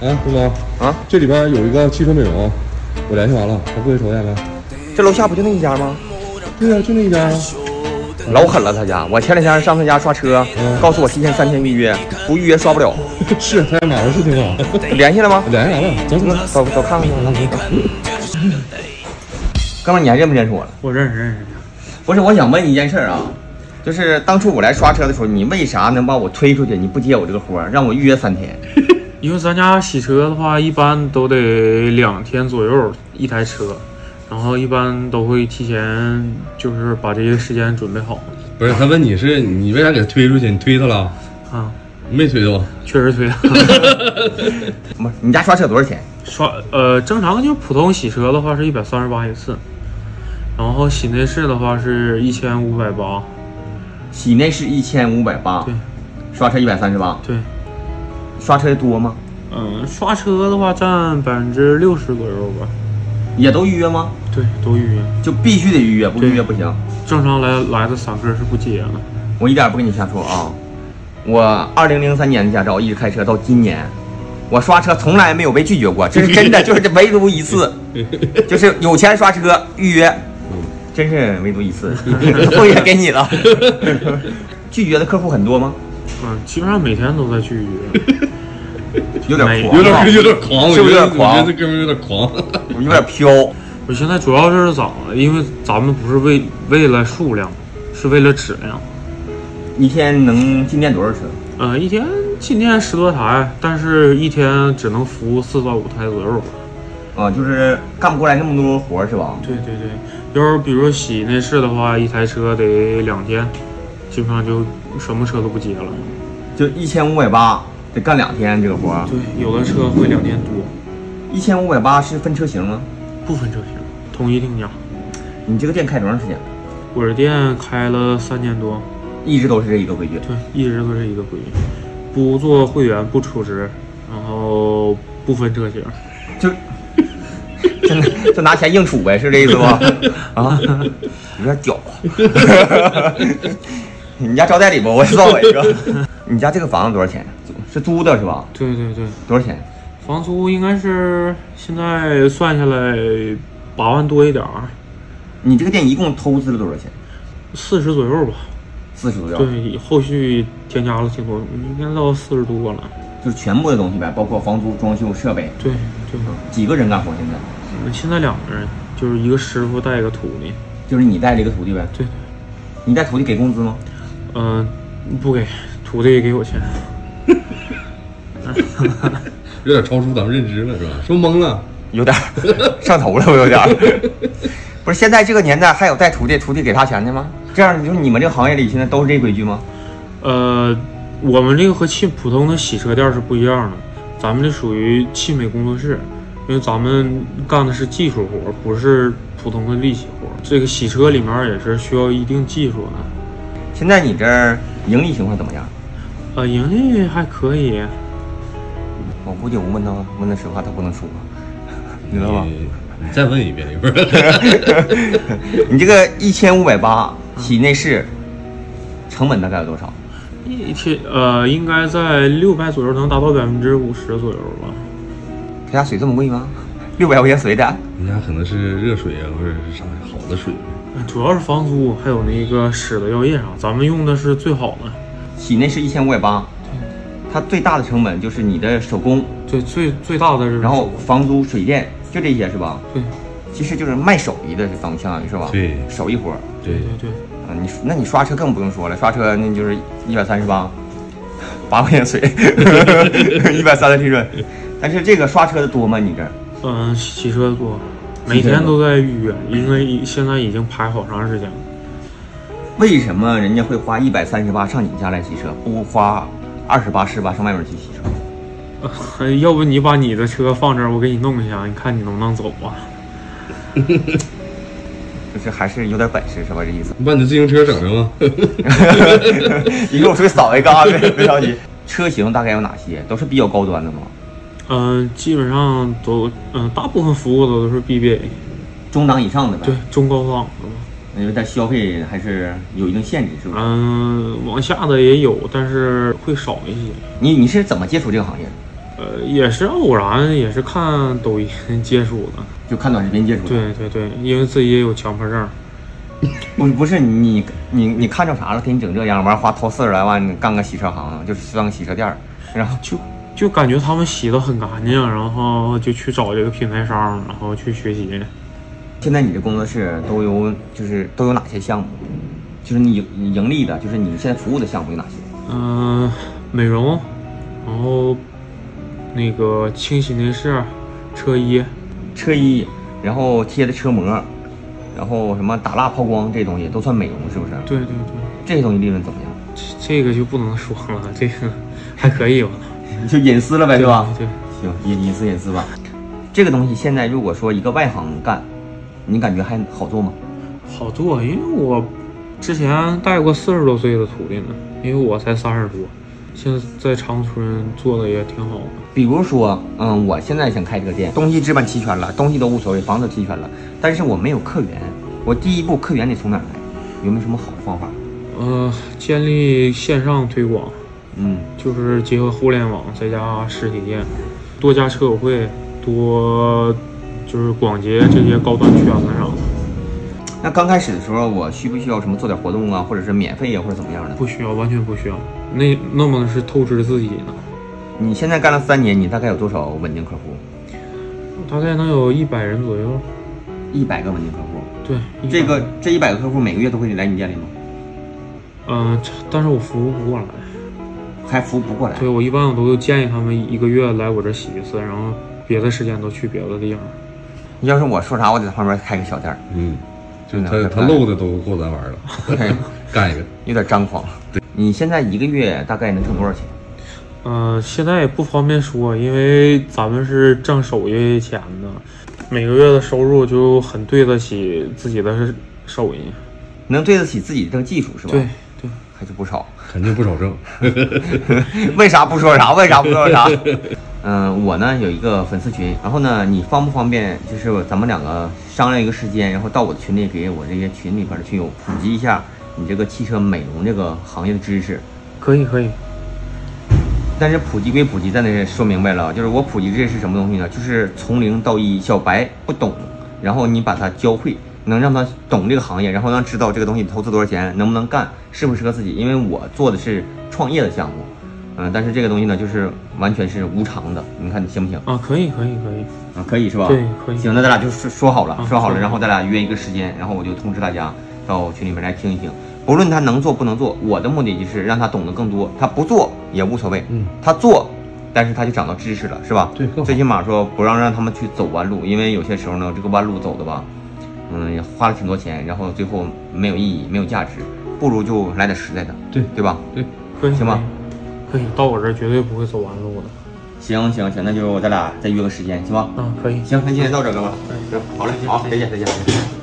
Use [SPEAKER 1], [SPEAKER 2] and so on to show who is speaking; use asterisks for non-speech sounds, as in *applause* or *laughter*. [SPEAKER 1] 哎，东哥
[SPEAKER 2] 啊，
[SPEAKER 1] 这里边有一个汽车美容，我联系完了，还不给筹钱呗？
[SPEAKER 2] 这楼下不就那一家吗？
[SPEAKER 1] 对呀、就那一家 *laughs* 啊。
[SPEAKER 2] 老狠了他家，我前两天上他家刷车，告诉我提前三天预约，不预约刷不了。
[SPEAKER 1] 是，他家买的是挺好。 *laughs*
[SPEAKER 2] 联系了吗？
[SPEAKER 1] 联系完了，走走
[SPEAKER 2] 嗯
[SPEAKER 1] 走。
[SPEAKER 2] 走走看看去。哥们儿，你还认不认识我了？
[SPEAKER 3] 我认识认识。
[SPEAKER 2] 不是，我想问一件事儿啊，就是当初我来刷车的时候，你为啥能把我推出去？你不接我这个活儿，让我预约三天。
[SPEAKER 3] 因为咱家洗车的话，一般都得两天左右一台车，然后一般都会提前就是把这些时间准备好
[SPEAKER 1] 不是，他问你是你为啥给他推出去？你推他了？
[SPEAKER 3] 啊。
[SPEAKER 1] 没推我。
[SPEAKER 3] 确实推， *laughs*
[SPEAKER 2] 不是，你家刷车多少钱？
[SPEAKER 3] 刷呃正常就普通洗车的话是一百三十八一次，然后洗内饰的话是一千五百八，
[SPEAKER 2] 洗内饰一千五百八
[SPEAKER 3] 对，
[SPEAKER 2] 刷车一百三十八，
[SPEAKER 3] 对，
[SPEAKER 2] 刷车多吗？
[SPEAKER 3] 嗯，刷车的话占百分之六十左右吧，
[SPEAKER 2] 也都预约吗？
[SPEAKER 3] 对，都预约，
[SPEAKER 2] 就必须得预约，不
[SPEAKER 3] 对
[SPEAKER 2] 预约不行。
[SPEAKER 3] 正常来来的散客是不接的，
[SPEAKER 2] 我一点不跟你瞎说啊！我二零零三年的驾照，一直开车到今年，我刷车从来没有被拒绝过，这是真的，就是唯独一次，就是有钱刷车预约，真是唯独一次，后也给你了。 *laughs* 拒绝的客户很多吗？
[SPEAKER 3] 嗯，基本上每天都在去预约，
[SPEAKER 2] 有点
[SPEAKER 1] *laughs*
[SPEAKER 2] 狂，
[SPEAKER 1] 有点 *laughs* 有点狂，我
[SPEAKER 2] 是
[SPEAKER 1] 觉
[SPEAKER 2] 不是有
[SPEAKER 1] 得
[SPEAKER 2] 点狂
[SPEAKER 1] 我觉得这哥们儿有点狂。
[SPEAKER 2] 有点飘。
[SPEAKER 3] 我现在主要是咋了？因为咱们不是为为了数量，是为了质量，
[SPEAKER 2] 一天能进店多少车？
[SPEAKER 3] 呃，一天进店十多台，但是一天只能服务四到五台左右吧。
[SPEAKER 2] 啊，就是干不过来那么多活儿是吧？
[SPEAKER 3] 对对对，要是比如说洗内饰的话，一台车得两天，基本上就什么车都不接了。
[SPEAKER 2] 就一千五百八，得干两天这个活儿。
[SPEAKER 3] 对，有的车会两天多，
[SPEAKER 2] 一千五百八是分车型吗？
[SPEAKER 3] 不分车型，统一定价。
[SPEAKER 2] 你这个店开多长时间？
[SPEAKER 3] 我这店开了三年多，
[SPEAKER 2] 一直都是这一个规矩。
[SPEAKER 3] 对，一直都是一个规矩，不做会员，不储值，然后不分车型。
[SPEAKER 2] *laughs* 就就拿就拿钱硬处呗，是这意思 *laughs* 不？啊，有点屌啊！ *laughs* 你家招待礼吧，我造我一个。你家这个房子多少钱？租是租的是吧？
[SPEAKER 3] 对对对，
[SPEAKER 2] 多少钱？
[SPEAKER 3] 房租应该是现在算下来八万多一点儿，
[SPEAKER 2] 你这个店一共投资了多少钱？
[SPEAKER 3] 四十左右吧。
[SPEAKER 2] 四十左右，
[SPEAKER 3] 对，后续添加了挺多，应该到四十多了。
[SPEAKER 2] 就是全部的东西呗，包括房租、装修、设备。
[SPEAKER 3] 对对，
[SPEAKER 2] 几个人干活现在？
[SPEAKER 3] 现在两个人，就是一个师傅带一个徒弟。
[SPEAKER 2] 就是你带了一个徒弟呗？
[SPEAKER 3] 对，
[SPEAKER 2] 你带徒弟给工资吗？
[SPEAKER 3] 嗯、不给徒弟给我钱，
[SPEAKER 1] 有点超出咱们认知了，是吧？说懵了，
[SPEAKER 2] 有点儿上头了，我有点儿。 *laughs* 不是现在这个年代还有带徒弟，徒弟给他钱的吗？这样就是你们这个行业里现在都是这规矩吗？
[SPEAKER 3] 呃，我们这个和汽普通的洗车店是不一样的，咱们这属于汽美工作室，因为咱们干的是技术活儿，不是普通的力气活儿。这个洗车里面也是需要一定技术的，
[SPEAKER 2] 现在你这儿盈利情况怎么样？
[SPEAKER 3] 呃，盈利还可以，
[SPEAKER 2] 我估计我问他问他实话，他不能说，你知道吗？
[SPEAKER 1] 你你再问一遍一会儿。
[SPEAKER 2] *laughs*
[SPEAKER 1] *laughs*
[SPEAKER 2] 你这个一千五百八洗内饰，成本大概有多少？
[SPEAKER 3] 一天呃应该在六百左右，能达到百分之五十左右吧。
[SPEAKER 2] 他家水这么贵吗？六百块钱水的，
[SPEAKER 1] 你家可能是热水啊，或者是啥好的水。
[SPEAKER 3] 呃主要是房租，还有那个使的药液啥，咱们用的是最好的，
[SPEAKER 2] 洗内饰一千五百八，它最大的成本就是你的手工，
[SPEAKER 3] 最最最大的是。
[SPEAKER 2] 然后房租、水电，就这些是吧？
[SPEAKER 3] 对
[SPEAKER 2] 其实就是卖手艺的这方向啊是吧？
[SPEAKER 1] 对
[SPEAKER 2] 手艺活儿。
[SPEAKER 1] 对
[SPEAKER 3] 对对，
[SPEAKER 2] 啊，你那你刷车更不用说了，刷车那就是一百三十八，八块钱水， *laughs* 一百三的利润。但是这个刷车的多吗？你这儿
[SPEAKER 3] 嗯、洗车多，每天都在预约，因为现在已经排好长时间了。
[SPEAKER 2] 为什么人家会花一百三十八上你家来洗车，不花二十八、十八上外面去洗车？
[SPEAKER 3] 呃 *laughs* 要不你把你的车放这儿，我给你弄一下，你看你能不能走啊？
[SPEAKER 2] 就是还是有点本事是吧？这意思。
[SPEAKER 1] 你把你的自行车整上 *laughs* 了，
[SPEAKER 2] 一会儿我出去扫一个啊，别别着急。车型大概有哪些？都是比较高端的吗？
[SPEAKER 3] 嗯、基本上都，嗯、大部分服务的都是 BBA，
[SPEAKER 2] 中档以上的呗。
[SPEAKER 3] 对，，中高档的吧。
[SPEAKER 2] 因为它消费还是有一定限制，是
[SPEAKER 3] 啊
[SPEAKER 2] 吧？
[SPEAKER 3] 嗯、往下的也有，但是会少一些。
[SPEAKER 2] 你你是怎么接触这个行业的？
[SPEAKER 3] 呃，也是偶然，也是看抖音 *laughs* 接触的。
[SPEAKER 2] 就看短视频接触的。
[SPEAKER 3] 对对对，因为自己也有强迫症，
[SPEAKER 2] 不不是你你你看着啥了？给你整这样，完花掏四十来万你干个洗车行，就是算个洗车店儿，然后
[SPEAKER 3] 就就感觉他们洗的很干净，然后就去找这个品牌商，然后去学习。
[SPEAKER 2] 现在你的工作室都有就是都有哪些项目？就是你你盈利的，就是你现在服务的项目有哪些？
[SPEAKER 3] 嗯、美容，然后那个清洗内饰、车衣，
[SPEAKER 2] 车衣，然后贴的车膜，然后什么打蜡、抛光这些东西都算美容，是不是？
[SPEAKER 3] 对对对，
[SPEAKER 2] 这些东西利润怎么样？ *laughs*
[SPEAKER 3] 这这个就不能说了，这个还可以吧？
[SPEAKER 2] 你就隐私了呗，对吧？
[SPEAKER 3] 对，
[SPEAKER 2] 行，隐隐私隐私吧。这个东西现在如果说一个外行干，你感觉还好做吗？
[SPEAKER 3] 好做，因为我之前带过四十多岁的徒弟呢，因为我才三十多，现在在长春做的也挺好的。
[SPEAKER 2] 比如说，嗯，我现在想开这个店，东西置办齐全了，东西都无所谓，房子齐全了，但是我没有客源，我第一步客源得从哪儿来？有没有什么好的方法？
[SPEAKER 3] 呃，建立线上推广，
[SPEAKER 2] 嗯，
[SPEAKER 3] 就是结合互联网再加实体店，多加车友会，多就是广结这些高端啊圈子上的，
[SPEAKER 2] 那刚开始的时候，我需不需要什么做点活动啊，或者是免费呀、或者怎么样的？
[SPEAKER 3] 不需要，完全不需要。那那么是透支自己呢，
[SPEAKER 2] 你现在干了三年，你大概有多少稳定客户？
[SPEAKER 3] 大概能有一百人左右。
[SPEAKER 2] 一百个稳定客户，
[SPEAKER 3] 对，100
[SPEAKER 2] 这个这一百个客户每个月都会来你店里吗？
[SPEAKER 3] 嗯、这但是我服务不过来，
[SPEAKER 2] 还服务不过来
[SPEAKER 3] 所以？我一般我都建议他们一个月来我这洗一次，然后别的时间都去别的地方。
[SPEAKER 2] 要是我说啥，我在旁边开个小店儿，
[SPEAKER 1] 嗯，就
[SPEAKER 2] 真的
[SPEAKER 1] 他他露的都够咱玩 *laughs* 儿了，
[SPEAKER 2] 嘿
[SPEAKER 1] 干一个。
[SPEAKER 2] 有点张狂。对，你现在一个月大概能挣多少钱？
[SPEAKER 3] 嗯、现在也不方便说，因为咱们是挣手艺钱的，每个月的收入就很对得起自己的手艺。
[SPEAKER 2] 能对得起自己这个技术是吧？
[SPEAKER 3] 对，对，
[SPEAKER 2] 还是不少。
[SPEAKER 1] 肯定不少挣。
[SPEAKER 2] *laughs* 为啥不说啥？为啥不说啥？ *laughs* 嗯，我呢有一个粉丝群，然后呢，你方不方便，就是咱们两个商量一个时间，然后到我的群里给我这些群里边的群友普及一下你这个汽车美容这个行业的知识。
[SPEAKER 3] 可以可以。
[SPEAKER 2] 但是普及归普及，咱得说明白了，就是我普及这是什么东西呢？就是从零到一，小白不懂，然后你把他教会，能让他懂这个行业，然后让他知道这个东西投资多少钱，能不能干，适不适合自己。因为我做的是创业的项目，嗯、但是这个东西呢，就是完全是无偿的，你看你行不行？
[SPEAKER 3] 啊，可以可以可以，
[SPEAKER 2] 啊，可以是吧？
[SPEAKER 3] 对可以
[SPEAKER 2] 行，那咱俩就说说好了，
[SPEAKER 3] 啊
[SPEAKER 2] 说好
[SPEAKER 3] 可
[SPEAKER 2] 了，
[SPEAKER 3] 以
[SPEAKER 2] 然后咱俩约一个时间，然后我就通知大家到群里面来听一听。不论他能做不能做，我的目的就是让他懂得更多。他不做也无所谓，
[SPEAKER 1] 嗯，
[SPEAKER 2] 他做，但是他就长到知识了，是吧？
[SPEAKER 1] 对更好
[SPEAKER 2] 最起码说不让让他们去走弯路，因为有些时候呢，这个弯路走的吧，嗯，也花了挺多钱，然后最后没有意义，没有价值，不如就来点实在的，
[SPEAKER 1] 对
[SPEAKER 2] 对吧？
[SPEAKER 1] 对，
[SPEAKER 3] 可以
[SPEAKER 2] 行吧？
[SPEAKER 3] 可以，到我这儿绝对不会走弯路的。
[SPEAKER 2] 行行行，那就咱俩再约个时间，行吧？
[SPEAKER 3] 啊，可以。
[SPEAKER 2] 行，那今天到这儿，哥们儿。
[SPEAKER 3] 嗯
[SPEAKER 2] 行，好嘞，好，再见，再见。再见